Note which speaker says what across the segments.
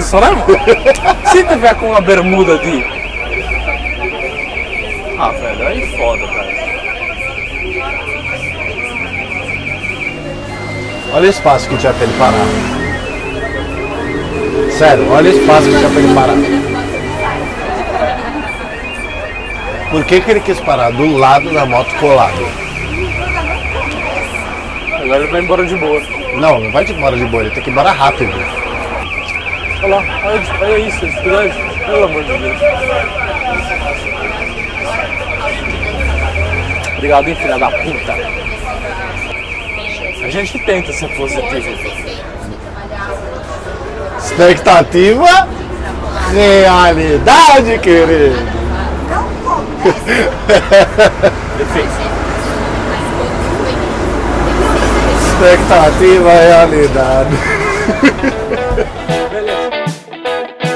Speaker 1: Será, mano? Se tiver com uma bermuda de. Ah, velho, aí foda, cara.
Speaker 2: Olha o espaço que tinha pra ele parar. Sério, olha o espaço que tinha pra ele parar. Por que, que ele quis parar do lado da moto colado?
Speaker 1: Agora ele vai embora de boa.
Speaker 2: Não, não vai de embora de boa, ele tem que ir embora rápido.
Speaker 1: Olha lá, olha, olha isso, esse grande. Pelo amor de Deus. Obrigado, hein, filha da puta. A gente tenta ser positivo.
Speaker 2: Expectativa, realidade, querido. Expectativa, realidade.
Speaker 1: Beleza.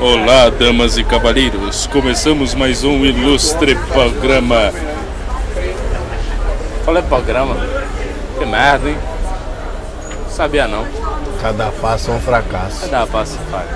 Speaker 3: Olá, damas e cavalheiros. Começamos mais um ilustre programa.
Speaker 1: Falei é programa. Que merda, hein? Sabia não.
Speaker 2: Cada passo é um fracasso.
Speaker 1: Dá pra se cara.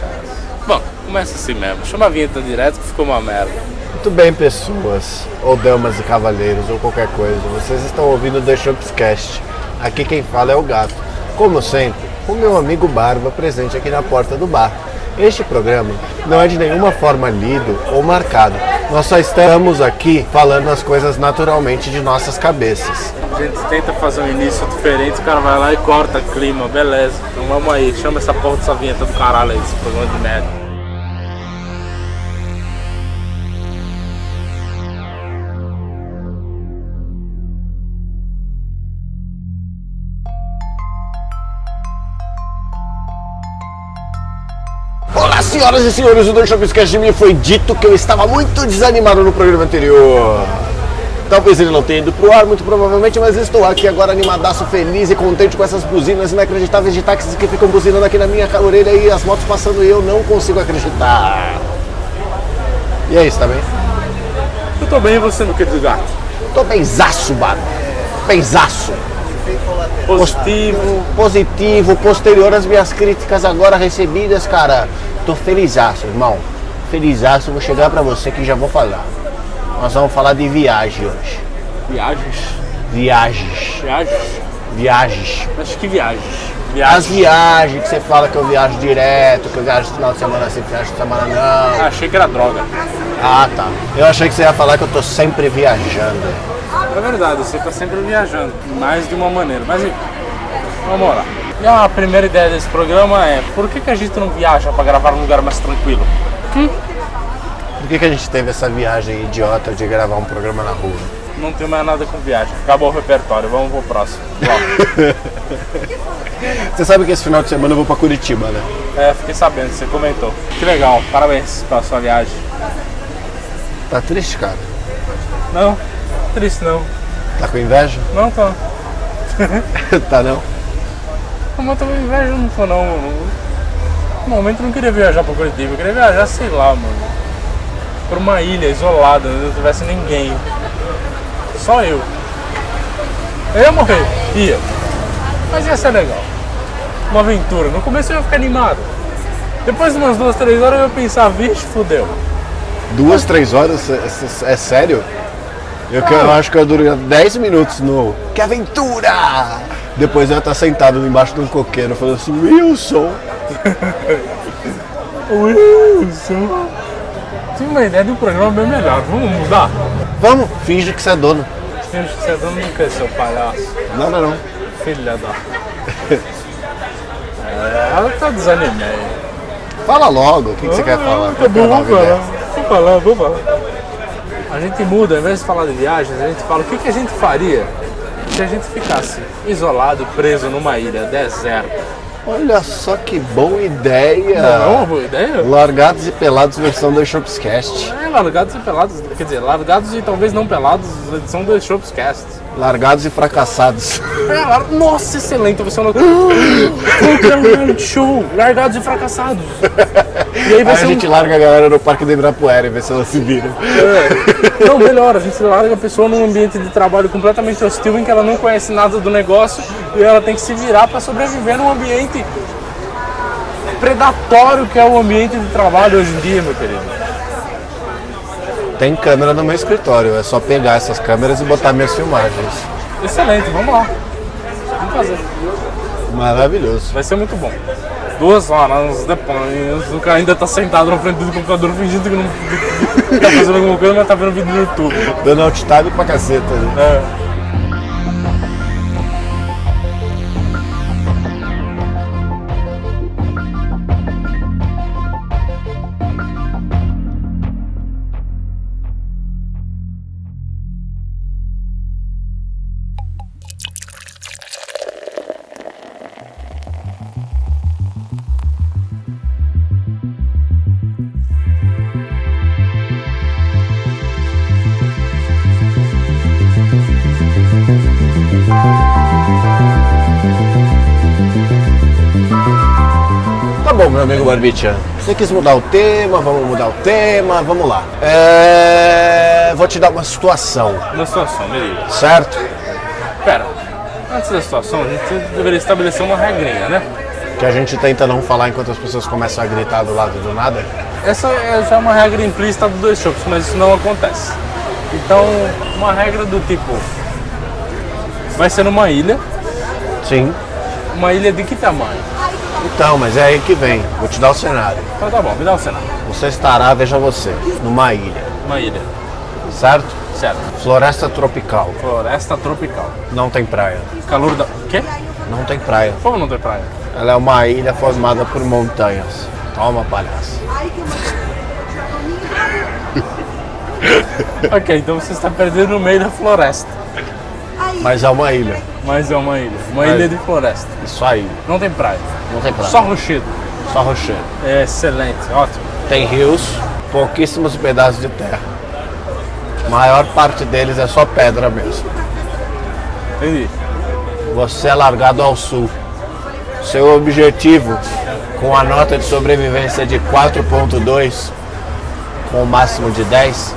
Speaker 1: Bom, começa assim mesmo. Chama a vinheta direto que ficou uma merda.
Speaker 2: Muito bem, pessoas, ou damas e cavalheiros, ou qualquer coisa. Vocês estão ouvindo o The Chumpscast. Aqui quem fala é o gato. Como sempre, o meu amigo Barba presente aqui na porta do bar. Este programa não é de nenhuma forma lido ou marcado. Nós só estamos aqui falando as coisas naturalmente de nossas cabeças.
Speaker 1: A gente tenta fazer um início diferente, o cara vai lá e corta clima, beleza. Então vamos aí, chama essa porra dessa vinheta do caralho aí, esse programa de merda.
Speaker 2: Olá, senhoras e senhores, o Don Shopscast de mim foi dito que eu estava muito desanimado no programa anterior. Talvez ele não tenha ido pro ar, muito provavelmente, mas estou aqui agora animadaço, feliz e contente com essas buzinas inacreditáveis de táxis que ficam buzinando aqui na minha ca- orelha e as motos passando e eu não consigo acreditar. E é isso, tá bem?
Speaker 1: Eu tô bem, e você, meu querido gato?
Speaker 2: Tô benzaço, barba. Benzaço.
Speaker 1: Positivo.
Speaker 2: Positivo, posterior às minhas críticas agora recebidas, cara. Tô felizaço, irmão. Felizaço, vou chegar pra você que já vou falar. Nós vamos falar de viagem hoje.
Speaker 1: Viagens.
Speaker 2: Viagens.
Speaker 1: Viagens?
Speaker 2: Viagens.
Speaker 1: Acho que viagens.
Speaker 2: As
Speaker 1: Viagens.
Speaker 2: viagens que você fala que eu viajo direto, que eu viajo no final de semana sim, viajo de semana não.
Speaker 1: Achei que era droga.
Speaker 2: Ah, tá. Eu achei que você ia falar que eu tô sempre viajando.
Speaker 1: É verdade, você tá sempre viajando, mais de uma maneira. Mas enfim, vamos lá. E a primeira ideia desse programa é por que, que a gente não viaja pra gravar num lugar mais tranquilo?
Speaker 2: Por que, que a gente teve essa viagem idiota de gravar um programa na rua?
Speaker 1: Não tem mais nada com viagem. Acabou o repertório, vamos pro próximo. Bom,
Speaker 2: Você sabe que esse final de semana eu vou pra Curitiba, né?
Speaker 1: é, fiquei sabendo, você comentou. Que legal, parabéns pra sua viagem.
Speaker 2: Tá triste, cara?
Speaker 1: Não, triste não.
Speaker 2: Tá com inveja?
Speaker 1: Não tô.
Speaker 2: tá não?
Speaker 1: Mas eu também viajo, não tô não. mano. No momento eu não queria viajar pra Curitiba, eu queria viajar, sei lá, mano. Pra uma ilha isolada, onde não tivesse ninguém. Só eu. Eu ia morrer, ia. Mas ia ser legal. Uma aventura. No começo eu ia ficar animado. Depois de umas duas, três horas eu ia pensar, vixe, fudeu.
Speaker 2: Duas, três horas? É, é- é sério? Eu, que- eu acho que eu duro 10 minutos no. Que aventura! Depois eu ia estar sentado embaixo de um coqueiro falando assim, Wilson!
Speaker 1: Wilson. Tive uma ideia de um programa bem melhor. Vamos mudar?
Speaker 2: Vamos, finge que você é dono.
Speaker 1: Finge que Você não quer ser palhaço.
Speaker 2: Não, não, não.
Speaker 1: Filha da. É, Ela tá desanimada.
Speaker 2: Fala logo o que, que você quer
Speaker 1: Ah,
Speaker 2: falar.
Speaker 1: Tá
Speaker 2: qual que é
Speaker 1: bom,
Speaker 2: a
Speaker 1: vou falar.
Speaker 2: novidade?
Speaker 1: Vou falar, vou falar. A gente muda, ao invés de falar de viagens, a gente fala o que, que a gente faria se a gente ficasse isolado, preso numa ilha deserta.
Speaker 2: Olha só que boa ideia.
Speaker 1: Não é uma boa ideia?
Speaker 2: Largados e pelados versão do Shopscast.
Speaker 1: É, largados e pelados, quer dizer, largados e talvez não pelados, edição do Shopscast.
Speaker 2: Largados e fracassados.
Speaker 1: É, lar- Nossa, excelente, você não. Qual que é o reality show? Largados e fracassados. E aí vai
Speaker 2: Aí
Speaker 1: ser
Speaker 2: a
Speaker 1: um-
Speaker 2: gente larga a galera no Parque do Ibirapuera e vê se ela se vira.
Speaker 1: É. Não, melhor, a gente larga a pessoa num ambiente de trabalho completamente hostil em que ela não conhece nada do negócio e ela tem que se virar para sobreviver num ambiente predatório que é o ambiente de trabalho hoje em dia, meu querido.
Speaker 2: Tem câmera no meu escritório, é só pegar essas câmeras e botar minhas filmagens.
Speaker 1: Excelente, vamos lá. Vamos fazer.
Speaker 2: Maravilhoso.
Speaker 1: Vai ser muito bom. Duas horas depois, o cara ainda tá sentado na frente do computador fingindo que não tá fazendo alguma coisa, mas tá vendo vídeo no YouTube.
Speaker 2: Dando alt tab pra caceta. né?
Speaker 1: É.
Speaker 2: Tá bom, meu amigo Barbicha. Você quis mudar o tema, vamos mudar o tema, vamos lá. É... Vou te dar uma situação,
Speaker 1: Na situação, beleza.
Speaker 2: certo?
Speaker 1: Pera, antes da situação, a gente deveria estabelecer uma regrinha, né?
Speaker 2: Que a gente tenta não falar enquanto as pessoas começam a gritar do lado do nada.
Speaker 1: Essa é já uma regra implícita dos dois shows, mas isso não acontece. Então, uma regra do tipo: vai ser numa ilha,
Speaker 2: Sim.
Speaker 1: uma ilha de que tamanho?
Speaker 2: Então, mas é aí que vem. Vou te dar o cenário.
Speaker 1: Então tá bom, me dá um cenário.
Speaker 2: Você estará, veja você, numa ilha,
Speaker 1: Uma ilha,
Speaker 2: certo?
Speaker 1: certo?
Speaker 2: Floresta tropical.
Speaker 1: Floresta tropical.
Speaker 2: Não tem praia.
Speaker 1: Calor da. Quê?
Speaker 2: Não tem praia.
Speaker 1: Como não tem praia?
Speaker 2: Ela é uma ilha formada por montanhas. Toma, palhaço.
Speaker 1: ok, então você está perdido no meio da floresta.
Speaker 2: Mas é uma ilha.
Speaker 1: Mas é uma ilha. Uma
Speaker 2: Mas-
Speaker 1: ilha de floresta.
Speaker 2: Isso aí.
Speaker 1: Não tem praia.
Speaker 2: Não tem praia.
Speaker 1: Só rochedo. É
Speaker 2: Só rochedo.
Speaker 1: Excelente, ótimo.
Speaker 2: Tem rios, pouquíssimos pedaços de terra. A maior parte deles é só pedra mesmo.
Speaker 1: Entendi.
Speaker 2: Você é largado ao sul. Seu objetivo, com a nota de sobrevivência de 4.2, com o máximo de 10,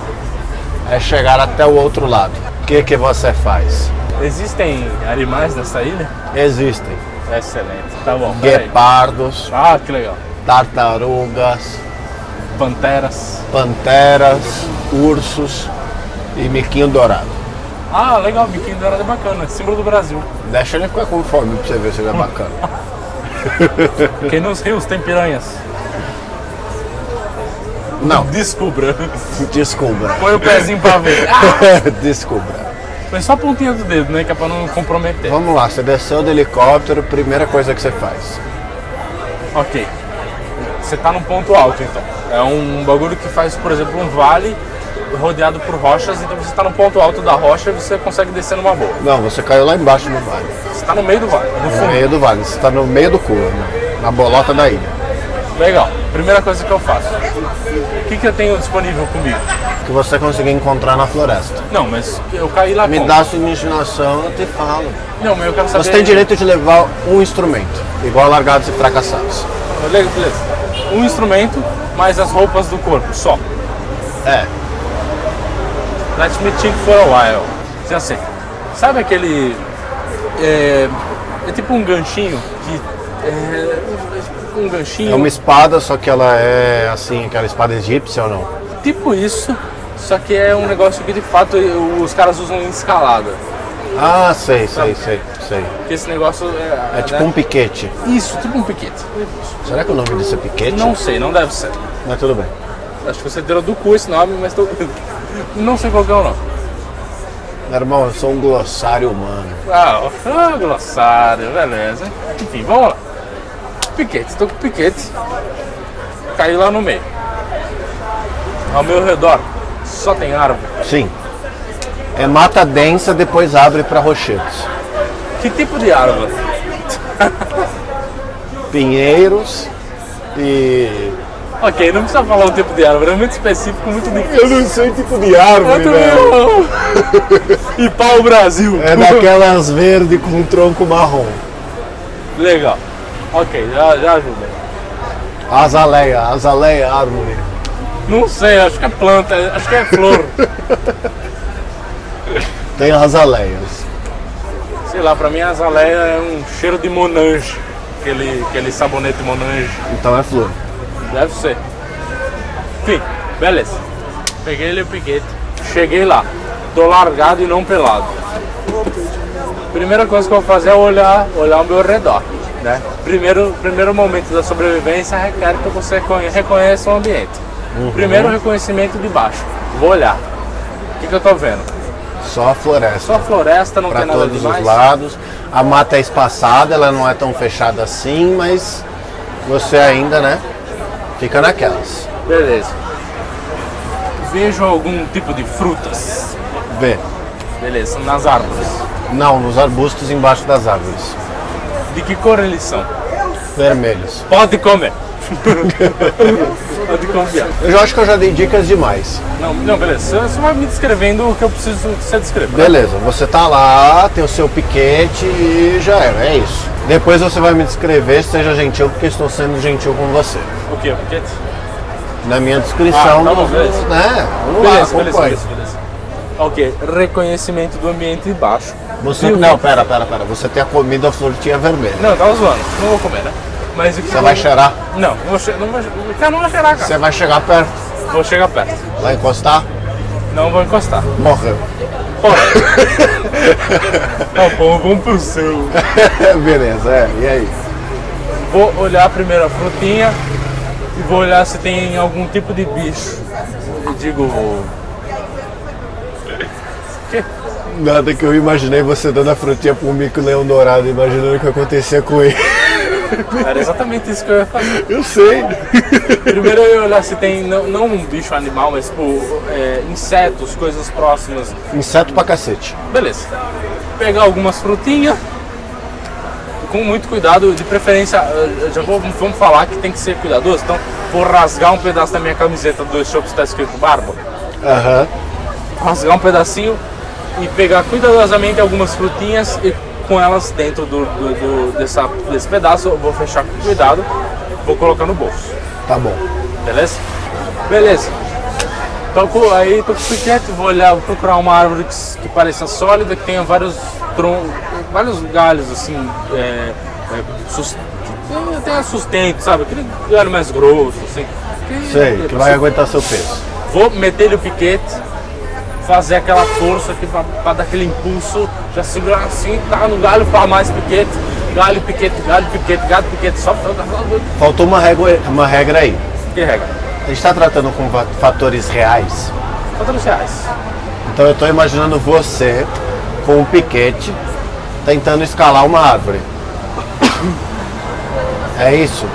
Speaker 2: é chegar até o outro lado. O que, que você faz?
Speaker 1: Existem animais nessa ilha?
Speaker 2: Existem
Speaker 1: Excelente, tá bom. peraí.
Speaker 2: guepardos,
Speaker 1: Ah, que legal.
Speaker 2: tartarugas,
Speaker 1: Panteras.
Speaker 2: panteras, ursos e miquinho dourado.
Speaker 1: Ah, legal, biquíni dourado é bacana, símbolo do Brasil.
Speaker 2: Deixa ele ficar com fome pra você ver se ele é bacana.
Speaker 1: Porque nos rios tem piranhas.
Speaker 2: Não,
Speaker 1: Descubra.
Speaker 2: descubra.
Speaker 1: Põe o pezinho pra ver. Ah,
Speaker 2: descubra.
Speaker 1: Foi só a pontinha do dedo, né? Que é pra não comprometer.
Speaker 2: Vamos lá, você desceu do helicóptero, primeira coisa que você faz.
Speaker 1: Ok. Você tá num ponto alto, então. É um bagulho que faz, por exemplo, um vale rodeado por rochas. Então você tá no ponto alto da rocha e você consegue descer numa boa.
Speaker 2: Não, você caiu lá embaixo no vale.
Speaker 1: Você tá no meio do vale, no
Speaker 2: No
Speaker 1: fundo.
Speaker 2: meio do vale, você tá no meio do corno, na bolota da ilha.
Speaker 1: Legal. Primeira coisa que eu faço. O que, que eu tenho disponível comigo?
Speaker 2: Que você conseguiu encontrar na floresta.
Speaker 1: Não, mas eu caí lá
Speaker 2: Me
Speaker 1: como?
Speaker 2: dá sua imaginação, eu te falo.
Speaker 1: Não, mas eu quero saber...
Speaker 2: Você tem direito de levar um instrumento, igual largados e fracassados.
Speaker 1: Beleza, beleza. Um instrumento, mais as roupas do corpo, só.
Speaker 2: É,
Speaker 1: Let me think for a while. Diz assim, sabe aquele... É, é tipo um ganchinho que... É, um ganchinho...
Speaker 2: é uma espada, só que ela é assim, aquela espada egípcia ou não?
Speaker 1: Tipo isso, só que é um negócio que de fato os caras usam em escalada.
Speaker 2: Ah, sei, sei, sei, sei.
Speaker 1: Porque esse negócio é...
Speaker 2: É tipo um piquete.
Speaker 1: Isso, tipo um piquete.
Speaker 2: Será que o nome disso é piquete?
Speaker 1: Não sei, não deve ser.
Speaker 2: Mas tudo bem.
Speaker 1: Acho que você tirou do cu esse nome, mas tô... não sei qual que é o nome.
Speaker 2: Meu irmão, eu sou um glossário humano.
Speaker 1: Ah, ó. ah, glossário, beleza. Enfim, vamos lá. Piquete, tô com piquete. caí lá no meio. Ao meu redor só tem árvore.
Speaker 2: Sim. É mata densa, depois abre para rochedos.
Speaker 1: Que tipo de árvore?
Speaker 2: Pinheiros e.
Speaker 1: Ok, não precisa falar o tipo de árvore, é muito específico, muito difícil.
Speaker 2: Eu não sei tipo de árvore,
Speaker 1: Muito bom. e pau Brasil.
Speaker 2: É daquelas verde com um tronco marrom.
Speaker 1: Legal. Ok, já, já ajuda.
Speaker 2: Azaleia, azaleia árvore.
Speaker 1: Não sei, acho que é planta, acho que é flor.
Speaker 2: Tem azaleias.
Speaker 1: sei lá, pra mim a azaleia é um cheiro de monange. Aquele, aquele sabonete monange.
Speaker 2: Então é flor.
Speaker 1: Deve ser. Enfim, beleza. Peguei ele o piquete. Cheguei lá. Tô largado e não pelado. Primeira coisa que eu vou fazer é olhar, olhar ao meu redor. Né? Primeiro, primeiro momento da sobrevivência requer que você conhe- reconheça o ambiente. Primeiro reconhecimento de baixo. Vou olhar. O que, que eu tô vendo?
Speaker 2: Só a floresta.
Speaker 1: Só floresta, não
Speaker 2: Para
Speaker 1: tem nada
Speaker 2: todos os
Speaker 1: demais.
Speaker 2: lados. A mata é espaçada, ela não é tão fechada assim, mas você ainda, né? Fica naquelas.
Speaker 1: Beleza. Vejo algum tipo de frutas.
Speaker 2: Vê.
Speaker 1: Beleza, nas árvores.
Speaker 2: Não, nos arbustos embaixo das árvores.
Speaker 1: De que cor eles são?
Speaker 2: Vermelhos.
Speaker 1: Pode comer. Pode confiar.
Speaker 2: Eu já acho que eu já dei dicas demais.
Speaker 1: Não, não, beleza. Você, você vai me descrevendo o que eu preciso que você descreva.
Speaker 2: Beleza, você tá lá, tem o seu piquete e já era, é isso. Depois você vai me descrever, seja gentil, porque eu estou sendo gentil com você.
Speaker 1: O que? O piquete?
Speaker 2: Na minha descrição,
Speaker 1: Ah, tá bom,
Speaker 2: do-
Speaker 1: beleza.
Speaker 2: né? Vamos lá,
Speaker 1: Beleza, beleza,
Speaker 2: acompanhe.
Speaker 1: beleza, beleza. Ok, reconhecimento do ambiente de baixo.
Speaker 2: Você,
Speaker 1: Viu?
Speaker 2: não, pera, pera, pera. Você tem a comida flortinha vermelha.
Speaker 1: Não, tava zoando. Não vou comer, né? Mas o que
Speaker 2: Você vai
Speaker 1: chegar?
Speaker 2: cheirar?
Speaker 1: Não, não vou che- não vou che- Cara, não vou cheirar, cara.
Speaker 2: Você vai chegar perto,
Speaker 1: Vou chegar perto.
Speaker 2: vai encostar,
Speaker 1: Não vou encostar.
Speaker 2: morreu.
Speaker 1: Porra. tá bom, vamos pro seu.
Speaker 2: Beleza, é, e aí?
Speaker 1: Vou olhar a primeira frutinha e vou olhar se tem algum tipo de bicho. Eu digo.
Speaker 2: Nada que eu imaginei você dando a frutinha pro mico leão dourado, imaginando o que acontecia com ele.
Speaker 1: Era exatamente isso que eu ia fazer.
Speaker 2: Eu sei.
Speaker 1: Primeiro eu ia olhar se tem não, não um bicho animal, mas tipo é, insetos, coisas próximas.
Speaker 2: Inseto pra cacete.
Speaker 1: Beleza. Pegar algumas frutinhas. Com muito cuidado, de preferência, eh, já vou, vamos falar que tem que ser cuidadoso. Então, vou rasgar um pedaço da minha camiseta do shopping que está escrito Barba.
Speaker 2: Aham.
Speaker 1: rasgar um pedacinho e pegar cuidadosamente algumas frutinhas e com elas dentro do, do- do- dessa, desse pedaço, eu vou fechar com cuidado, vou colocar no bolso,
Speaker 2: Tá bom.
Speaker 1: beleza? Beleza. Então, co- aí tô com o piquete, vou olhar, vou procurar uma árvore que, s- que pareça sólida, que tenha vários troncos, vários galhos assim, é, é, sus- que tenha sustento, sabe? Aquele galho mais grosso, assim. Que-
Speaker 2: Sei, que vai aguentar seu peso.
Speaker 1: Vou meter ele o piquete, fazer aquela força aqui pra, pra dar aquele impulso, já segurar assim, tá no galho para mais piquete, galho, piquete, galho, piquete, galho, piquete, só
Speaker 2: Faltou uma regra, uma regra aí.
Speaker 1: que regra.
Speaker 2: A gente tá tratando com va- fatores reais.
Speaker 1: Quantos reais?
Speaker 2: Então eu tô imaginando você com um piquete tentando escalar uma árvore. É isso?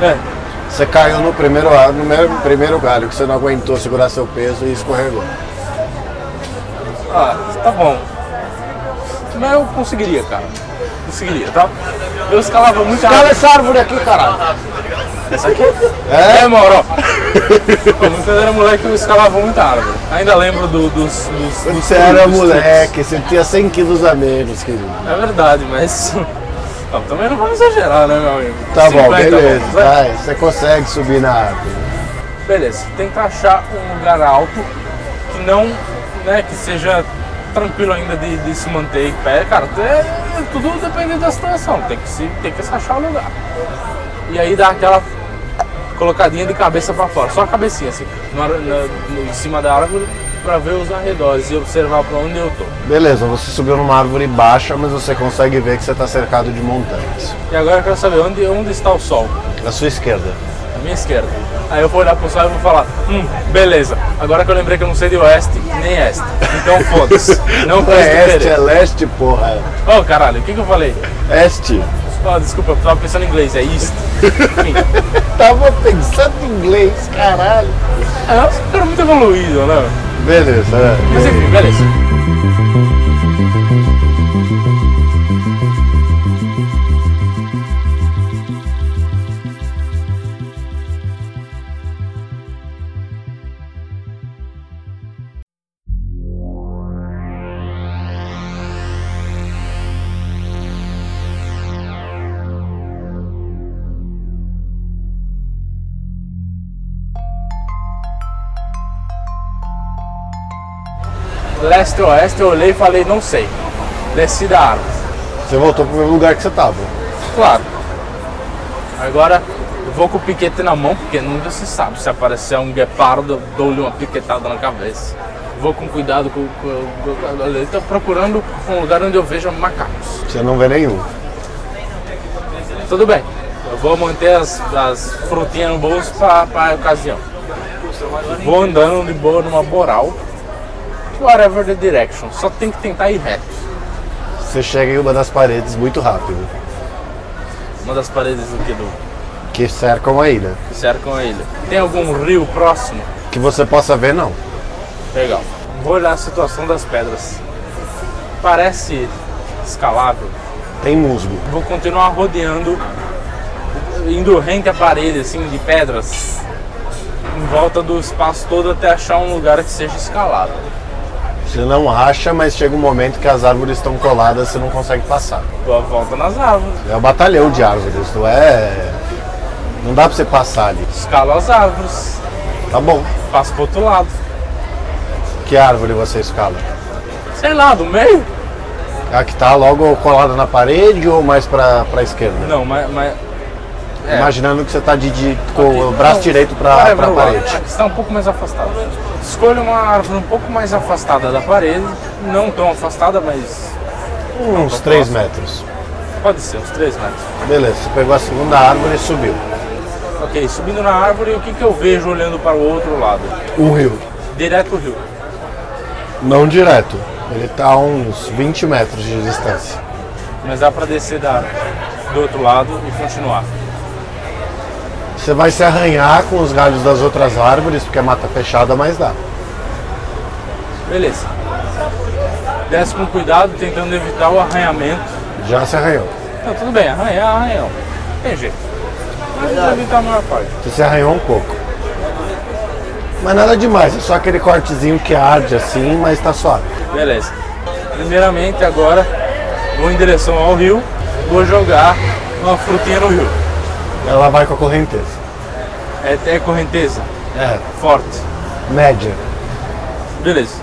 Speaker 1: É,
Speaker 2: Você caiu no primeiro, ar- no mesmo primeiro galho, que você não aguentou segurar seu peso e escorregou.
Speaker 1: ah, tá bom. Mas eu conseguiria, cara. Conseguiria, tá? Eu escalava muito
Speaker 2: Cala
Speaker 1: árvore.
Speaker 2: essa árvore aqui, caralho!
Speaker 1: Essa aqui?
Speaker 2: É?
Speaker 1: É, Mauro. Quando eu era moleque, eu escalava muita árvore. Ainda lembro do- dos, dos, dos.
Speaker 2: Você era
Speaker 1: dos truques.
Speaker 2: moleque, você tinha 100 quilos a menos, querido.
Speaker 1: É verdade, mas. Não, também não vamos exagerar, né, meu amigo?
Speaker 2: Tá bom,
Speaker 1: 50
Speaker 2: beleza.
Speaker 1: anos, né?
Speaker 2: Vai, você consegue subir na árvore.
Speaker 1: Beleza, tenta achar um lugar alto que não. né, que seja tranquilo ainda de, de se manter em pé. Cara, é, é tudo depende da situação, tem que, se, tem que se achar o lugar. E aí dá aquela colocadinha de cabeça pra fora, só a cabecinha assim, na- na- em cima da árvore, pra ver os arredores e observar pra onde eu tô.
Speaker 2: Beleza, você subiu numa árvore baixa, mas você consegue ver que você está cercado de montanhas.
Speaker 1: E agora eu quero saber onde, onde está o sol.
Speaker 2: À sua esquerda.
Speaker 1: à minha esquerda. Aí eu vou olhar pro sol e vou falar, hum, beleza. Agora que eu lembrei que eu não sei de oeste nem este. Então foda-se. Não
Speaker 2: É
Speaker 1: faz
Speaker 2: este, é
Speaker 1: diferença.
Speaker 2: leste, porra. É
Speaker 1: Ô caralho, o que, que eu falei?
Speaker 2: Este.
Speaker 1: Ah, desculpa, eu tava pensando em inglês, é isto. Enfim,
Speaker 2: Tava pensando em inglês, caralho.
Speaker 1: é um cara muito evoluído, né?
Speaker 2: Beleza,
Speaker 1: Mas
Speaker 2: é.
Speaker 1: enfim, beleza. Leste Oeste, eu olhei e falei, não sei. Desci da árvore.
Speaker 2: Você voltou pro mesmo lugar que você tava.
Speaker 1: Claro. Agora eu vou com o piquete na mão, porque nunca se sabe. Se aparecer um guepardo, eu dou-lhe uma piquetada na cabeça. Vou com cuidado com. com, com eu tô procurando um lugar onde eu veja macacos.
Speaker 2: Você não vê nenhum.
Speaker 1: Tudo bem. Eu vou manter as, as frutinhas no bolso para a ocasião. Vou andando de boa numa boral. Whatever the direction. Só tem que tentar ir reto.
Speaker 2: Você chega em uma das paredes muito rápido,
Speaker 1: Uma das paredes do que do
Speaker 2: que cercam a ilha.
Speaker 1: que cercam a ilha. Tem algum rio próximo?
Speaker 2: Que você possa ver, não.
Speaker 1: Legal. Vou olhar a situação das pedras. Parece escalável.
Speaker 2: Tem musgo.
Speaker 1: Vou continuar rodeando, indo rente à parede, assim, de pedras, em volta do espaço todo até achar um lugar que seja escalável.
Speaker 2: Você não racha, mas chega um momento que as árvores estão coladas, você não consegue passar.
Speaker 1: Dou a volta nas árvores,
Speaker 2: É um batalhão de árvores, não é. Não dá pra você passar ali.
Speaker 1: escalo as árvores,
Speaker 2: Tá bom.
Speaker 1: passo pro outro lado.
Speaker 2: Que árvore você escala?
Speaker 1: Sei lá, do meio?
Speaker 2: A que tá logo colada na parede ou mais pra, pra esquerda?
Speaker 1: Não, mas. mas é.
Speaker 2: Imaginando que você tá de, de- com o braço
Speaker 1: Não,
Speaker 2: direito pra,
Speaker 1: whatever
Speaker 2: pra
Speaker 1: o lado.
Speaker 2: parede.
Speaker 1: É, Está um pouco mais afastado. Escolha uma árvore um pouco mais afastada da parede, não tão afastada, mas
Speaker 2: Uns 3 metros.
Speaker 1: Pode ser, uns 3 metros.
Speaker 2: Beleza, você pegou a segunda árvore e subiu.
Speaker 1: Ok, subindo na árvore, o que, que eu vejo olhando para o outro lado?
Speaker 2: Um rio.
Speaker 1: Direto o rio.
Speaker 2: Não direto. Ele tá a uns 20 metros de distância.
Speaker 1: Mas dá para descer da do outro lado e continuar.
Speaker 2: Você vai se arranhar com os galhos das outras árvores, porque é mata fechada, mas dá.
Speaker 1: Beleza. Desce com cuidado, tentando evitar o arranhamento.
Speaker 2: Já se arranhou.
Speaker 1: Não, tudo bem, arranhar, arranhão. Tem jeito. Mas vamos evitar a maior parte.
Speaker 2: Você se arranhou um pouco. Mas nada demais, é só aquele cortezinho que arde assim, mas tá suave.
Speaker 1: Beleza. Primeiramente, agora, vou em direção ao rio. Vou jogar uma frutinha no rio.
Speaker 2: Ela vai com a correnteza.
Speaker 1: É, é correnteza,
Speaker 2: É,
Speaker 1: forte.
Speaker 2: média.
Speaker 1: Beleza.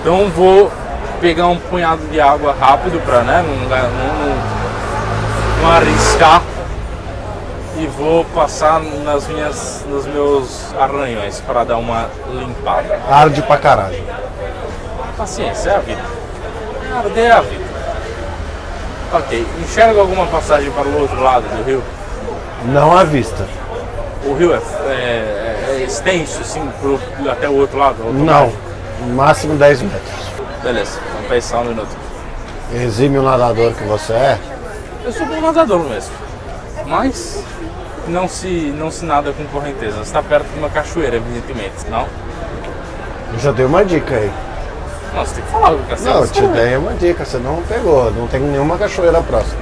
Speaker 1: Então vou pegar um punhado de água rápido pra né, não, ga- não, não- não arriscar. E vou passar nas minhas, nos meus arranhões para dar uma limpada.
Speaker 2: Arde pra caralho.
Speaker 1: Paciência, é a vida. Arder é a vida. Ok, enxerga alguma passagem para o outro lado do rio?
Speaker 2: Não à vista.
Speaker 1: O rio é, é- é extenso, assim, pro, até o outro lado? outro
Speaker 2: Não. Máximo 10 metros.
Speaker 1: lado? Beleza, vamos pensar um minuto.
Speaker 2: Exime o nadador que você é.
Speaker 1: Eu sou bom nadador mesmo. Mas não se, não se nada com correnteza. Você está perto de uma cachoeira, evidentemente. Não?
Speaker 2: Eu já dei uma dica aí.
Speaker 1: Não, você tem que falar com o cacete.
Speaker 2: Não, eu te dei uma dica, você não pegou. Não tem nenhuma cachoeira próxima.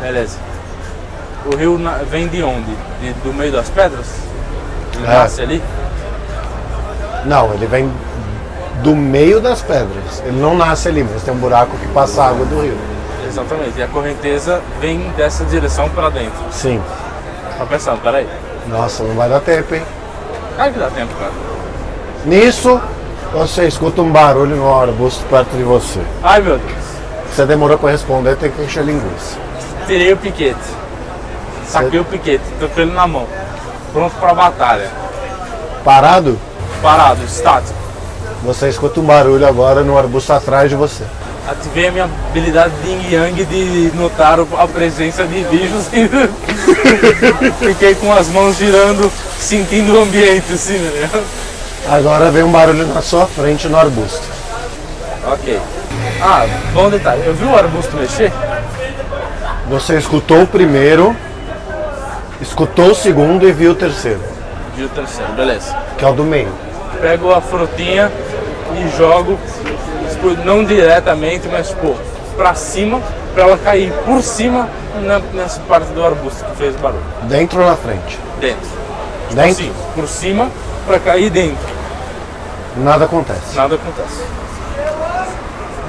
Speaker 1: Beleza. O rio na- vem de onde? De- do meio das pedras? Ele
Speaker 2: É.
Speaker 1: nasce ali?
Speaker 2: Não, ele vem do meio das pedras. Ele não nasce ali, mas tem um buraco que passa a água do rio.
Speaker 1: Exatamente. E a correnteza vem dessa direção para dentro.
Speaker 2: Sim.
Speaker 1: Tá pensando, peraí.
Speaker 2: Nossa, não vai dar tempo, hein?
Speaker 1: Claro que dá tempo, cara.
Speaker 2: Nisso, você escuta um barulho no arbusto perto de você.
Speaker 1: Ai meu Deus.
Speaker 2: Você demorou pra responder, tem que encher linguiça.
Speaker 1: Tirei o piquete. Saquei o piquete, tô com ele na mão. Pronto pra batalha.
Speaker 2: Parado?
Speaker 1: Parado, estático.
Speaker 2: Você escuta um barulho agora no arbusto atrás de você.
Speaker 1: Ativei a minha habilidade de yin yang de notar o- a presença de bichos. Fiquei com as mãos girando, sentindo o ambiente, assim, né?
Speaker 2: Agora vem um barulho na sua frente no arbusto.
Speaker 1: Ok. Ah, bom detalhe. Eu vi o arbusto mexer?
Speaker 2: Você escutou o primeiro, escutou o segundo e viu o terceiro,
Speaker 1: E o terceiro, beleza.
Speaker 2: que é o do meio.
Speaker 1: Pego a frutinha e jogo, tipo, não diretamente, mas tipo, pra cima, pra ela cair por cima na- nessa parte do arbusto que fez barulho.
Speaker 2: Dentro ou na frente?
Speaker 1: Dentro. Tipo
Speaker 2: Dentro?
Speaker 1: assim, por cima, pra cair dentro.
Speaker 2: Nada acontece.
Speaker 1: Nada acontece.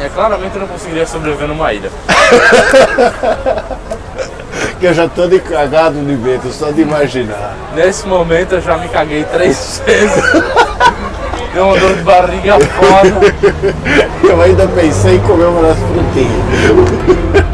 Speaker 1: É, claramente eu não conseguiria sobreviver numa ilha.
Speaker 2: Que eu já tô de cagado de medo, só de imaginar.
Speaker 1: Nesse momento eu já me caguei três vezes. Deu uma dor de barriga foda.
Speaker 2: Eu ainda pensei em comer uma das frutinhas.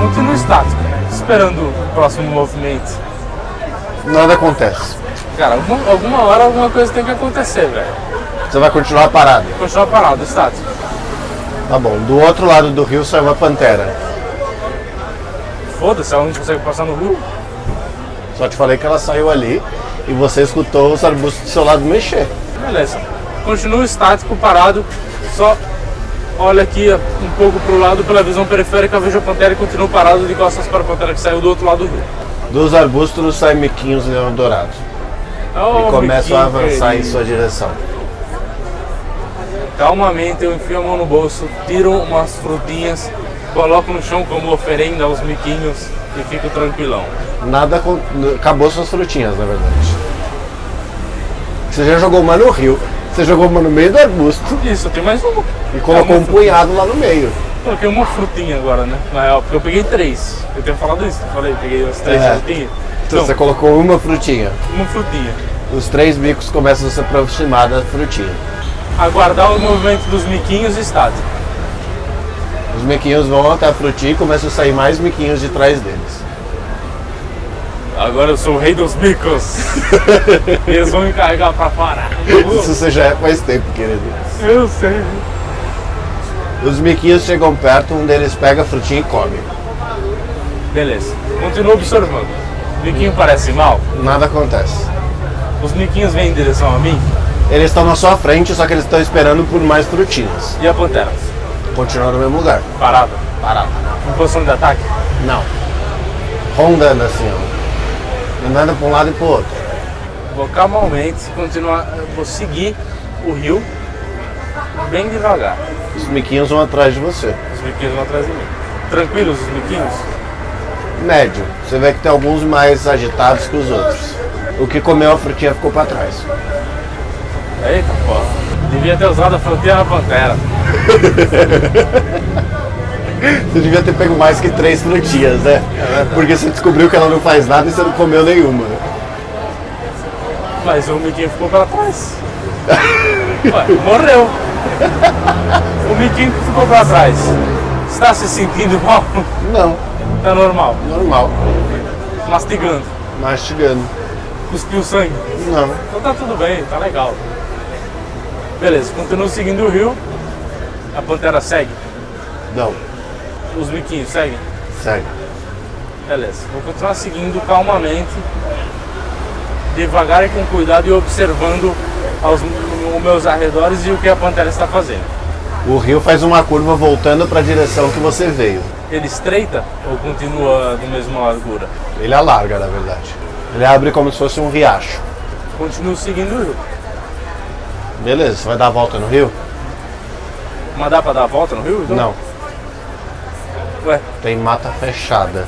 Speaker 1: Continuo estático, né? esperando o próximo movimento.
Speaker 2: Nada acontece.
Speaker 1: Cara, alguma, alguma hora alguma coisa tem que acontecer, velho.
Speaker 2: Você vai continuar parado.
Speaker 1: Continuar parado, estático.
Speaker 2: Tá bom. Do outro lado do rio sai uma pantera.
Speaker 1: Foda-se, ela não consegue passar no rio.
Speaker 2: Só te falei que ela saiu ali e você escutou os arbustos do seu lado mexer.
Speaker 1: Beleza. Continuo estático, parado, só olha aqui um pouco pro lado pela visão periférica, vejo a pantera e continuo parado de costas para a pantera que saiu do outro lado do rio.
Speaker 2: Dos arbustos saem miquinhos leão dourados
Speaker 1: Oh,
Speaker 2: e começam a avançar em
Speaker 1: isso.
Speaker 2: sua direção.
Speaker 1: Calmamente eu enfio a mão no bolso, tiro umas frutinhas, coloco no chão como oferenda aos miquinhos e fico tranquilão.
Speaker 2: Nada acon- acabou suas frutinhas, na verdade. Você já jogou uma no rio, você jogou uma no meio do arbusto
Speaker 1: Isso, tem mais uma.
Speaker 2: e colocou um
Speaker 1: Calma, frutinha.
Speaker 2: punhado lá no meio.
Speaker 1: Coloquei uma frutinha agora, né? Na real, porque eu peguei três. Eu tenho falado isso, eu falei, peguei as três
Speaker 2: É.
Speaker 1: frutinhas.
Speaker 2: Então,
Speaker 1: Então,
Speaker 2: você colocou uma frutinha.
Speaker 1: uma frutinha.
Speaker 2: Os três bicos começam a se aproximar da frutinha.
Speaker 1: Aguardar o movimento dos miquinhos estático.
Speaker 2: Os miquinhos vão até a frutinha e começam a sair mais miquinhos de trás deles.
Speaker 1: Agora eu sou o rei dos micos. Eles vão me carregar pra parar.
Speaker 2: Isso você já é faz tempo, querido.
Speaker 1: Eu sei.
Speaker 2: Os miquinhos chegam perto, um deles pega a frutinha e come.
Speaker 1: Beleza. Continuo observando. Miquinho parece mal.
Speaker 2: Nada acontece.
Speaker 1: Os miquinhos vêm em direção a mim
Speaker 2: Eles estão na sua frente, só que eles estão esperando por mais frutinhas.
Speaker 1: e a pantera.
Speaker 2: Continuam no mesmo lugar.
Speaker 1: Parada.
Speaker 2: Parado.
Speaker 1: Em posição de ataque.
Speaker 2: Não. Rondando assim, ó. Andando pra um lado e pro outro.
Speaker 1: Vou calmamente continuar. eh, Vou seguir o rio bem devagar.
Speaker 2: Os miquinhos vão atrás de você.
Speaker 1: Os miquinhos vão atrás de mim. Tranquilos os miquinhos?
Speaker 2: Médio. Você vê que tem alguns mais agitados que os outros. O que comeu a frutinha ficou pra trás.
Speaker 1: Eita porra. Devia ter usado a fronteira na pantera.
Speaker 2: Você devia ter pego mais que três frutinhas, né? Porque você descobriu que ela não faz nada e você não comeu nenhuma.
Speaker 1: Mas o Miquinho ficou pra trás. Ué, morreu. O Miquinho que ficou pra trás. Está se sentindo mal?
Speaker 2: Não,
Speaker 1: Tá normal.
Speaker 2: normal.
Speaker 1: Mastigando.
Speaker 2: Mastigando.
Speaker 1: Cuspiu sangue.
Speaker 2: Não.
Speaker 1: Então tá tudo bem, tá legal. Beleza, continuo seguindo o rio. A pantera segue.
Speaker 2: Não.
Speaker 1: Os miquinhos seguem.
Speaker 2: Segue.
Speaker 1: Beleza, vou continuar seguindo calmamente, devagar e com cuidado e observando aos, os meus arredores e o que a pantera está fazendo.
Speaker 2: O rio faz uma curva voltando pra direção que você veio.
Speaker 1: Ele estreita ou continua do mesmo largura?
Speaker 2: Ele alarga, na verdade. Ele abre como se fosse um riacho.
Speaker 1: Continuo seguindo o rio.
Speaker 2: Beleza, você vai dar a volta no rio?
Speaker 1: Mas dá pra dar a volta no rio? então?
Speaker 2: Não,
Speaker 1: Ué,
Speaker 2: tem mata fechada.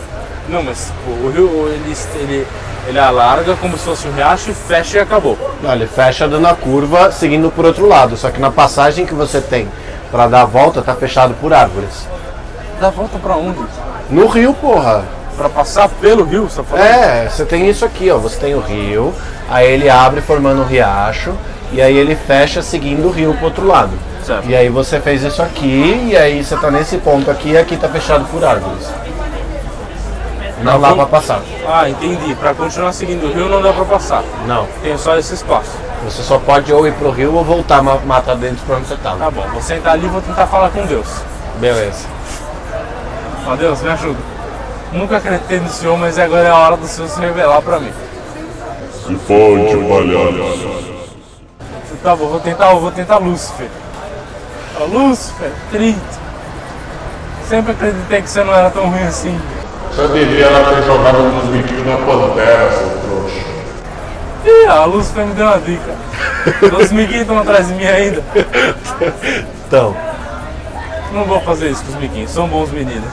Speaker 1: não, mas tipo, o rio ele, est- ele, ele alarga como se fosse um riacho e fecha e acabou.
Speaker 2: Não, ele fecha dando a curva, seguindo por outro lado. Só que na passagem que você tem pra dar a volta, tá fechado por árvores.
Speaker 1: Dá volta pra onde?
Speaker 2: No rio, porra.
Speaker 1: Pra passar pelo rio, você tá falando?
Speaker 2: É, você tem isso aqui, ó. Você tem o rio, aí ele abre formando o riacho, e aí ele fecha seguindo o rio pro outro lado.
Speaker 1: Certo.
Speaker 2: E aí você fez isso aqui, e aí você tá nesse ponto aqui, e aqui tá fechado por árvores. Não dá pra passar.
Speaker 1: Ah, entendi. Pra continuar seguindo o rio não dá pra passar.
Speaker 2: Não.
Speaker 1: Tem só esse espaço.
Speaker 2: Você só pode ou ir pro rio ou voltar ma- matar dentro pra onde você tava.
Speaker 1: Tá bom, vou sentar ali e vou tentar falar com Deus.
Speaker 2: Ah, Beleza.
Speaker 1: Ó Deus, me ajuda. Nunca acreditei no Senhor, mas agora é a hora do Senhor se revelar pra mim.
Speaker 4: Se fode, palhaço.
Speaker 1: Tá bom, vou tentar, vou tentar Lúcifer. Ó, Lúcifer, acredito. Sempre acreditei que você não era tão ruim assim.
Speaker 4: Você devia ter jogado uns biquinhos na pantera, seu trouxa.
Speaker 1: Ih, a Lúcifer me deu uma dica. Os miguinhos estão atrás de mim ainda.
Speaker 2: Então,
Speaker 1: Não vou fazer isso com os miguinhos, são bons meninos.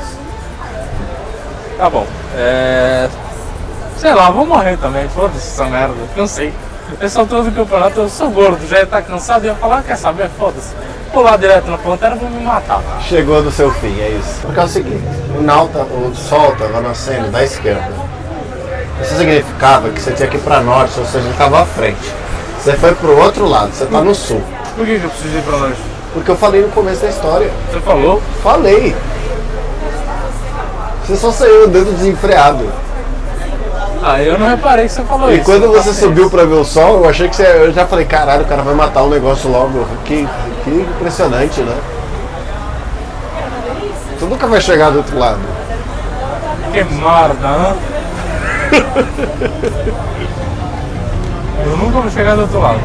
Speaker 1: Tá bom, é. Sei lá, vou morrer também, foda-se essa merda, cansei. Pessoal todo do campeonato, eu sou gordo, já ia tá cansado, ia falar, quer saber, foda-se. Vou lá direto na pantera, vou me matar.
Speaker 2: chegou no seu fim, é isso. Porque é o seguinte, o Nauta, o Sol tava nascendo da esquerda. Isso significava que você tinha que ir pra norte, ou seja, estava à frente. Você foi pro outro lado, você tá no sul.
Speaker 1: Por que, que eu preciso ir pra longe?
Speaker 2: Porque eu falei no começo da história.
Speaker 1: Você falou?
Speaker 2: Falei. Você só saiu andando desenfreado.
Speaker 1: Ah, eu não reparei que você falou
Speaker 2: E
Speaker 1: isso. Tá
Speaker 2: quando você tá
Speaker 1: Paciência.
Speaker 2: subiu pra ver o sol, eu achei que você. Eu já falei, caralho, o cara vai matar o negócio logo. Que, que impressionante, né? Você nunca vai chegar do outro lado.
Speaker 1: Que merda, hã? Eu nunca vou chegar do outro lado.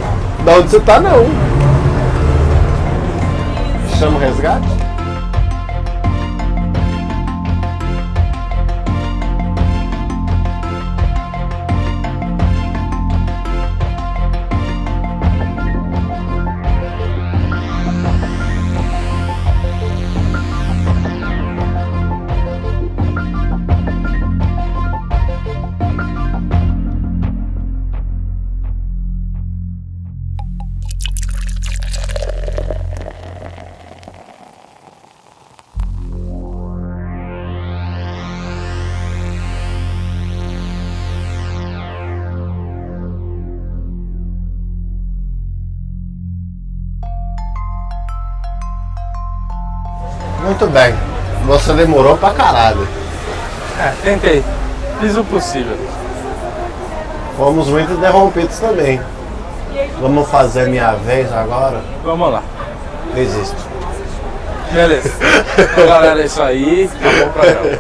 Speaker 2: Da onde você tá, não. Chama o resgate? Muito bem. Você demorou pra caralho.
Speaker 1: É, tentei. Fiz o possível.
Speaker 2: Fomos muito interrompidos também. Vamos fazer minha vez agora?
Speaker 1: Vamos lá.
Speaker 2: Desisto.
Speaker 1: Beleza. Então, galera, é isso aí. Acabou o programa.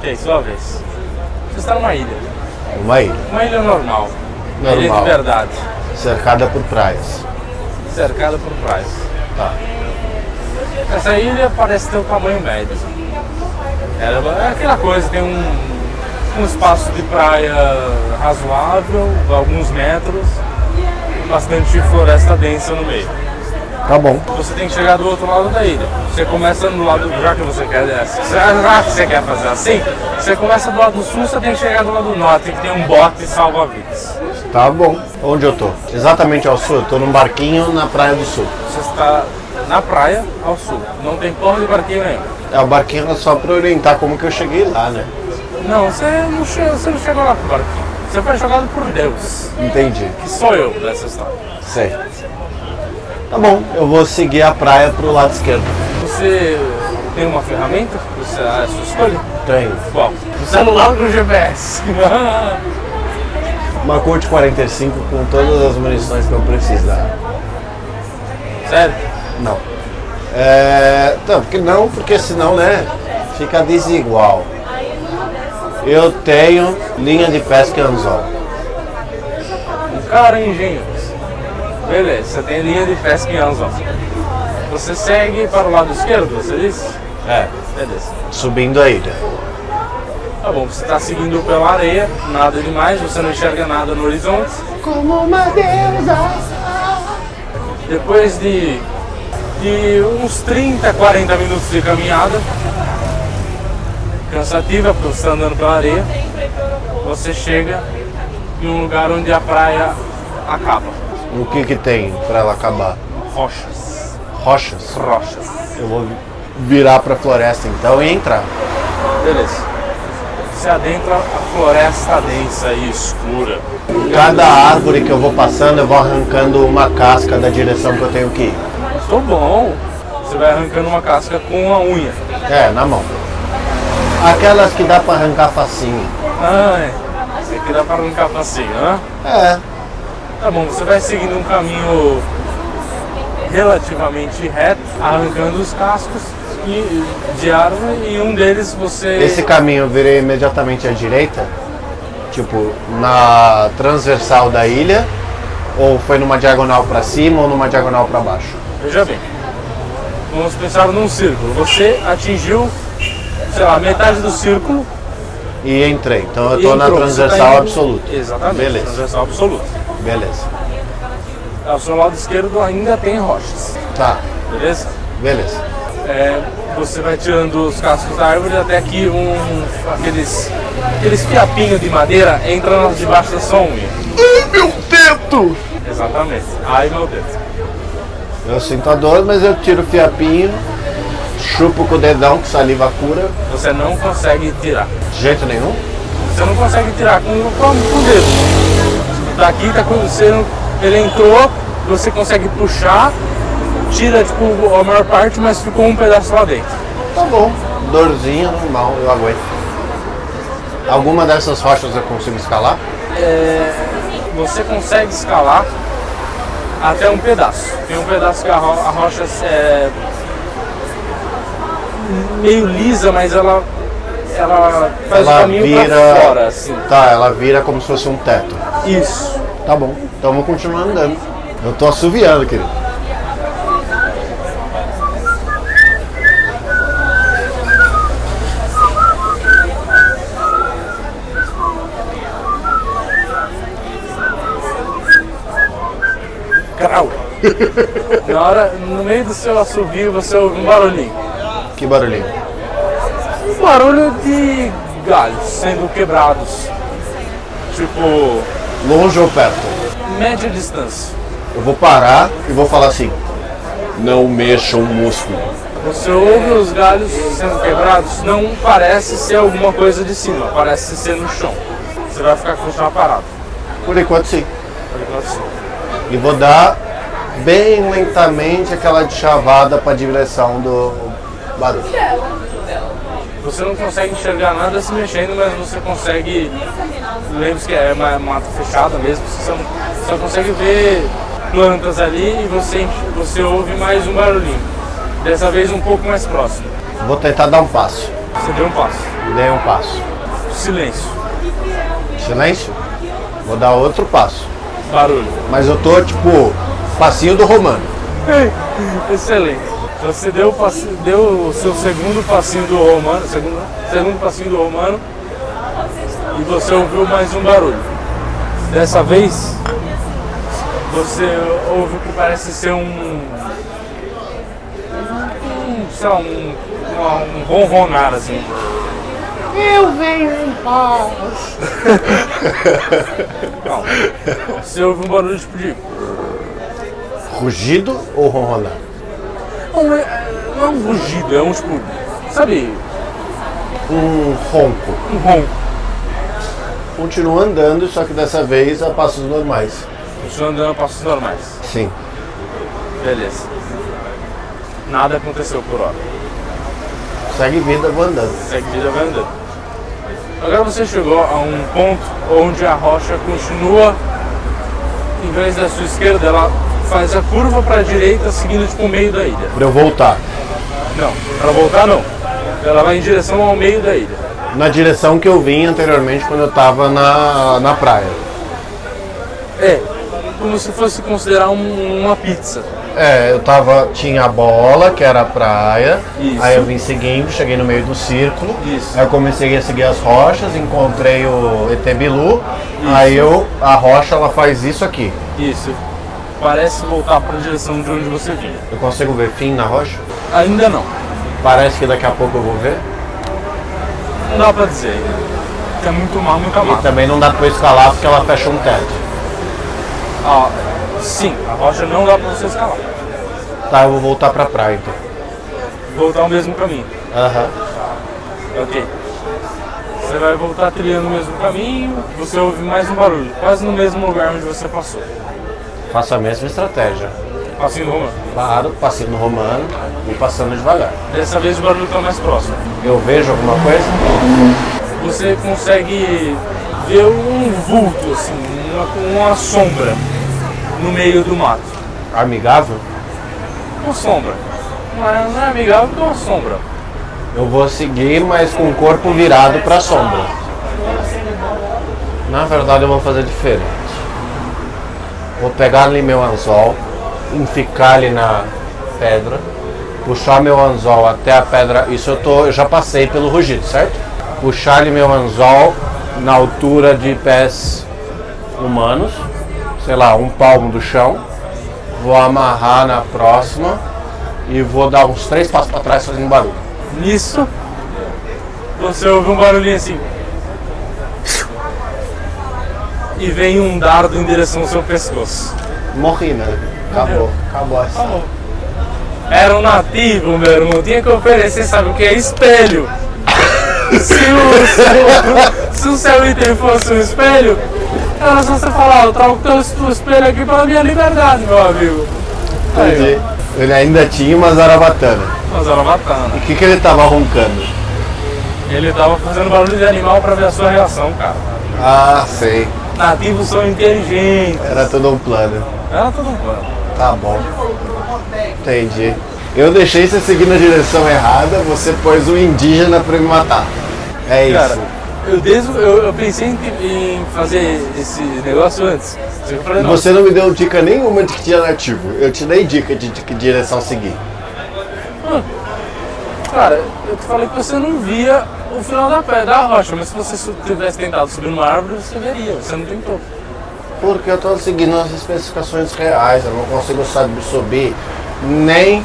Speaker 1: Ok, sua vez. Você está numa ilha.
Speaker 2: Uma ilha,
Speaker 1: Uma ilha normal. Uma Ilha de
Speaker 2: Normal.
Speaker 1: verdade.
Speaker 2: cercada por praias.
Speaker 1: Cercada por praias.
Speaker 2: Tá.
Speaker 1: Essa ilha parece ter um tamanho médio. Ela é aquela coisa, tem um, um espaço de praia razoável, alguns metros, bastante floresta densa no meio.
Speaker 2: Tá bom.
Speaker 1: Você tem que chegar do outro lado da ilha. Você começa no lado, já que você quer, é, já que você quer fazer assim, você começa do lado sul, você tem que chegar do lado norte, que tem um bote salva-vidas.
Speaker 2: Tá bom. Onde eu tô? Exatamente ao sul. Eu tô num barquinho na Praia do Sul.
Speaker 1: Você está na praia ao sul, não tem porra de barquinho nenhum.
Speaker 2: É, o barquinho era só pra orientar como que eu cheguei lá, né?
Speaker 1: Não, você não, che- você não chegou lá pro barquinho. Você foi jogado por Deus,
Speaker 2: Entendi.
Speaker 1: que sou eu nessa história.
Speaker 2: Sei. Tá bom. Eu vou seguir a praia pro lado esquerdo.
Speaker 1: Você tem uma ferramenta? Você, a sua escolha?
Speaker 2: Tenho.
Speaker 1: Qual? O celular com GPS.
Speaker 2: Uma Colt 45 com todas as munições que eu precisar.
Speaker 1: Sério?
Speaker 2: Não. É... Não, porque não, porque senão, né? Fica desigual. Eu tenho linha de pesca e anzol.
Speaker 1: Um cara engenhos. Beleza, você tem linha de pesca em anzol. Você segue para o lado esquerdo, você disse?
Speaker 2: É.
Speaker 1: Beleza.
Speaker 2: Subindo a ilha.
Speaker 1: Tá bom, você está seguindo pela areia, nada demais, você não enxerga nada no horizonte.
Speaker 2: Como uma deusa.
Speaker 1: Depois de, de uns 30, 40 minutos de caminhada, cansativa, porque você está andando pela areia, você chega em um lugar onde a praia acaba.
Speaker 2: O que que tem pra ela acabar?
Speaker 1: Rochas.
Speaker 2: Rochas?
Speaker 1: Rochas.
Speaker 2: Eu vou virar pra floresta então e entrar.
Speaker 1: Beleza. Se adentra a floresta densa e escura.
Speaker 2: Cada árvore que eu vou passando, eu vou arrancando uma casca da direção que eu tenho que ir.
Speaker 1: Tô bom. Você vai arrancando uma casca com a unha.
Speaker 2: É, na mão. Aquelas que dá pra arrancar facinho.
Speaker 1: Ai, você que é. dá pra arrancar pra cima, né?
Speaker 2: É,
Speaker 1: Tá bom, você vai seguindo um caminho relativamente reto, arrancando os cascos e- de árvore e um deles você.
Speaker 2: Esse caminho eu virei imediatamente à direita, tipo, na transversal da ilha, ou foi numa diagonal pra cima ou numa diagonal pra baixo.
Speaker 1: Veja bem. Vamos pensar num círculo. Você atingiu, sei lá, metade do círculo.
Speaker 2: E entrei, então eu
Speaker 1: e
Speaker 2: tô na
Speaker 1: entrou. Você tá
Speaker 2: transversal
Speaker 1: indo-
Speaker 2: absoluta.
Speaker 1: Exatamente.
Speaker 2: Beleza.
Speaker 1: Transversal absoluta.
Speaker 2: Beleza.
Speaker 1: Ao seu lado esquerdo ainda tem rochas.
Speaker 2: Tá,
Speaker 1: Beleza?
Speaker 2: beleza.
Speaker 1: É, você vai tirando os cascos da árvore até que um, aqueles, aqueles fiapinhos de madeira entram nas- debaixo da sua unha.
Speaker 2: Meu teto!
Speaker 1: Exatamente. Ai meu Deus.
Speaker 2: Eu sinto a dor, mas eu tiro o fiapinho, chupo com o dedão, que saliva cura,
Speaker 1: Você não consegue tirar.
Speaker 2: de jeito nenhum.
Speaker 1: Você não consegue tirar com, com, com o dedo. Daqui tá com você não- ele entrou, você consegue puxar, tira tipo a maior parte, mas ficou um pedaço lá dentro.
Speaker 2: Tá bom, dorzinha, normal, eu aguento. Alguma dessas rochas eu consigo escalar?
Speaker 1: Você consegue escalar até um pedaço. Tem um pedaço que a, ro- a rocha é meio lisa, mas ela ela faz o
Speaker 2: ela
Speaker 1: caminho
Speaker 2: vira.
Speaker 1: pra fora, assim.
Speaker 2: Tá, ela vira como se fosse um teto.
Speaker 1: Isso.
Speaker 2: Tá bom. Então eu vou continuar andando. Eu tô assoviando, querido.
Speaker 1: Grau. Na hora, no meio do seu assovio, você ouve um barulhinho.
Speaker 2: Que barulhinho.
Speaker 1: Um barulho de galhos sendo quebrados. Tipo,
Speaker 2: Longe ou perto?
Speaker 1: média distância.
Speaker 2: Eu vou parar e vou falar assim. Não mexa o músculo.
Speaker 1: Você ouve os galhos sendo quebrados, não parece ser alguma coisa de cima, parece ser no chão. Você vai ficar continuar parado. tá
Speaker 2: Por enquanto sim.
Speaker 1: Por enquanto, sim.
Speaker 2: E vou dar bem lentamente aquela chavada pra direção do barulho.
Speaker 1: Você não consegue enxergar nada se mexendo, mas você consegue. Lembra que é uma mata fechada mesmo, você só, só consegue ver plantas ali e você, você ouve mais um barulhinho. Dessa vez um pouco mais próximo.
Speaker 2: Vou tentar dar um passo.
Speaker 1: Você deu um passo.
Speaker 2: Dei um passo.
Speaker 1: Silêncio.
Speaker 2: Silêncio. Vou dar outro passo.
Speaker 1: Barulho.
Speaker 2: Mas eu tô tipo passinho do romano.
Speaker 1: Excelente. Então Você deu, o passi- deu o seu segundo passinho do romano, segundo, segundo passinho do romano, e você ouviu mais um barulho. Dessa vez, você ouve o que parece ser um, um sei lá, um, uma- um ronronar assim.
Speaker 5: Eu venho em paz.
Speaker 1: Não. Você ouve um barulho tipo de
Speaker 2: Rugido ou ronronar?
Speaker 1: não é, não é um rugido, é um tipo, sabe,
Speaker 2: Um ronco.
Speaker 1: um ronco.
Speaker 2: Continuo andando, só que dessa vez a passos normais.
Speaker 1: Você andando a passos normais.
Speaker 2: Sim.
Speaker 1: Beleza. Nada aconteceu por hora.
Speaker 2: Segue vida, vou andando.
Speaker 1: Segue vida vai andando. Agora você chegou a um ponto onde a rocha continua, em vez da sua esquerda, ela faz a curva para a direita, seguindo tipo o meio da ilha.
Speaker 2: Pra eu voltar.
Speaker 1: Não, para voltar não. Ela vai em direção ao meio da ilha.
Speaker 2: Na direção que eu vim anteriormente quando eu tava na, na praia.
Speaker 1: É, como se fosse considerar um- uma pizza.
Speaker 2: É, eu tava. Tinha a bola, que era a praia.
Speaker 1: Isso.
Speaker 2: Aí eu vim seguindo, cheguei no meio do círculo.
Speaker 1: Isso.
Speaker 2: Aí eu comecei a seguir as rochas, encontrei o ET Bilu. Aí eu. A rocha ela faz isso aqui.
Speaker 1: Isso. Parece voltar para a direção de onde você vinha.
Speaker 2: Eu consigo ver fim na rocha?
Speaker 1: Ainda não.
Speaker 2: Parece que daqui a pouco eu vou ver.
Speaker 1: Não dá para dizer. É muito mal, muito
Speaker 2: E
Speaker 1: mal.
Speaker 2: também não dá pra eu escalar porque ela fecha um teto.
Speaker 1: Ah, sim, a rocha não dá pra você escalar.
Speaker 2: Tá, eu vou voltar pra praia então.
Speaker 1: voltar ao mesmo caminho.
Speaker 2: Aham.
Speaker 1: Ok. Você vai voltar trilhando o mesmo caminho, você ouve mais um barulho, quase no mesmo lugar onde você passou.
Speaker 2: Faço a mesma estratégia.
Speaker 1: Passinho Roma.
Speaker 2: Paro, passei no romano e passando devagar.
Speaker 1: Dessa vez o barulho está mais próximo.
Speaker 2: Eu vejo alguma coisa?
Speaker 1: Você consegue ver um vulto, assim, uma, uma sombra no meio do mato.
Speaker 2: Amigável?
Speaker 1: Uma sombra. Não é, não é amigável, porque é uma sombra.
Speaker 2: Eu vou seguir, mas com o corpo virado para a sombra. Na verdade, eu vou fazer diferente. Vou pegar ali meu anzol, enficar ali na pedra, puxar meu anzol até a pedra. Isso eu, tô, eu já passei pelo rugido, certo? Puxar ali meu anzol na altura de pés humanos, sei lá, um palmo do chão. Vou amarrar na próxima e vou dar uns três passos para trás fazendo barulho.
Speaker 1: Nisso, você ouve um barulhinho assim. E vem um dardo em direção ao seu pescoço.
Speaker 2: Morri, né?
Speaker 1: Ah,
Speaker 2: Acabou,
Speaker 1: é?
Speaker 2: acabou assim. a história.
Speaker 1: Era um nativo, meu irmão. Tinha que oferecer, sabe o que? Espelho. Se o, se o, se o seu item fosse um espelho, era só você falar: eu trago teu, teu espelho aqui pela minha liberdade, meu amigo. tá Aí,
Speaker 2: Entendi. Ele ainda tinha uma zarabatana.
Speaker 1: ó, mas era matando.
Speaker 2: O que, que ele tava roncando?
Speaker 1: Ele tava fazendo barulho de animal pra ver a sua reação, cara.
Speaker 2: Ah, sei.
Speaker 1: Nativos são inteligentes.
Speaker 2: Era todo um plano.
Speaker 1: Era um todo mundo.
Speaker 2: Tá bom. Entendi. Eu deixei você seguir na direção errada, você pôs um indígena pra me matar. É isso.
Speaker 1: Cara, eu, desde, eu, eu pensei em, em fazer esse negócio antes. Só que Eu falei,
Speaker 2: E
Speaker 1: não,
Speaker 2: Você não me deu dica nenhuma de que tinha nativo. Eu te dei dica de, de que direção seguir.
Speaker 1: Cara, eu te falei que você não via o final da pedra, da rocha, mas se você su- tivesse tentado subir numa árvore, você veria, você não tentou.
Speaker 2: Porque eu tô seguindo as especificações reais, eu não consigo sabe, subir nem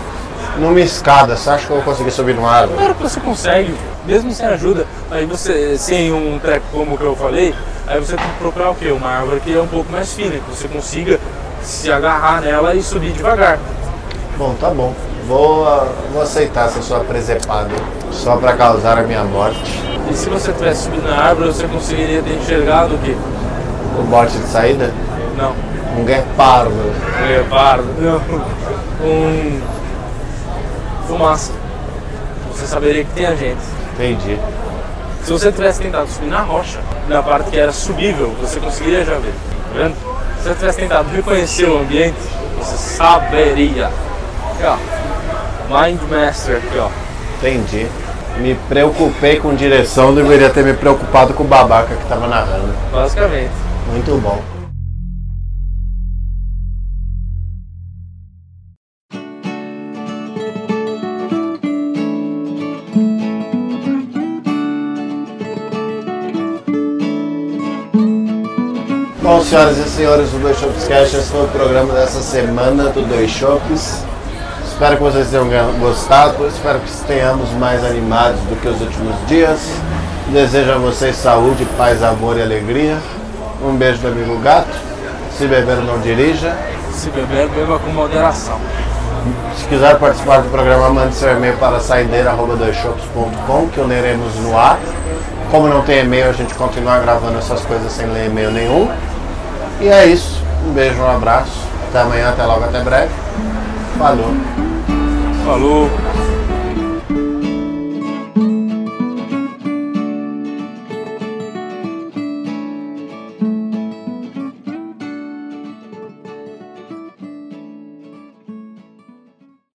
Speaker 2: numa escada. Você acha que eu vou conseguir subir numa árvore?
Speaker 1: Claro que você consegue, mesmo sem ajuda. Aí você, sem um treco como que eu falei, aí você tem que procurar o quê? Uma árvore que é um pouco mais fina, que você consiga se agarrar nela e subir devagar.
Speaker 2: Bom, tá bom. Vou, ah, vou aceitar essa sua presepada só pra causar a minha morte.
Speaker 1: E se você tivesse subido na árvore, você conseguiria ter enxergado o quê?
Speaker 2: O bote de saída?
Speaker 1: Não.
Speaker 2: Um guepardo.
Speaker 1: Um leopardo. Não. Um. Fumaça. Você saberia que tem a gente.
Speaker 2: Entendi.
Speaker 1: Se você tivesse tentado subir na rocha, na parte que era subível, você conseguiria já ver. Tá vendo? Se você tivesse tentado reconhecer o ambiente, você saberia. Aqui, ó. Mind Master aqui, ó.
Speaker 2: Entendi. Me preocupei com direção, deveria ter me preocupado com o babaca que tava narrando.
Speaker 1: Basicamente.
Speaker 2: Muito bom. Bom, senhoras e senhores do Dois Shops Cash, esse foi o programa dessa semana do Dois Shops. Espero que vocês tenham gan- gostado, espero que tenhamos mais animados do que os últimos dias. Desejo a vocês saúde, paz, amor e alegria. Um beijo do amigo gato. Se beber, não dirija.
Speaker 1: Se beber, é beba com moderação.
Speaker 2: Se quiser participar do programa, mande seu e-mail para saideira.doisshops.com que o leremos no ar. Como não tem e-mail, a gente continua gravando essas coisas sem ler e-mail nenhum. E é isso. Um beijo, um abraço. Até amanhã, até logo, até breve. Falou.
Speaker 1: Falou.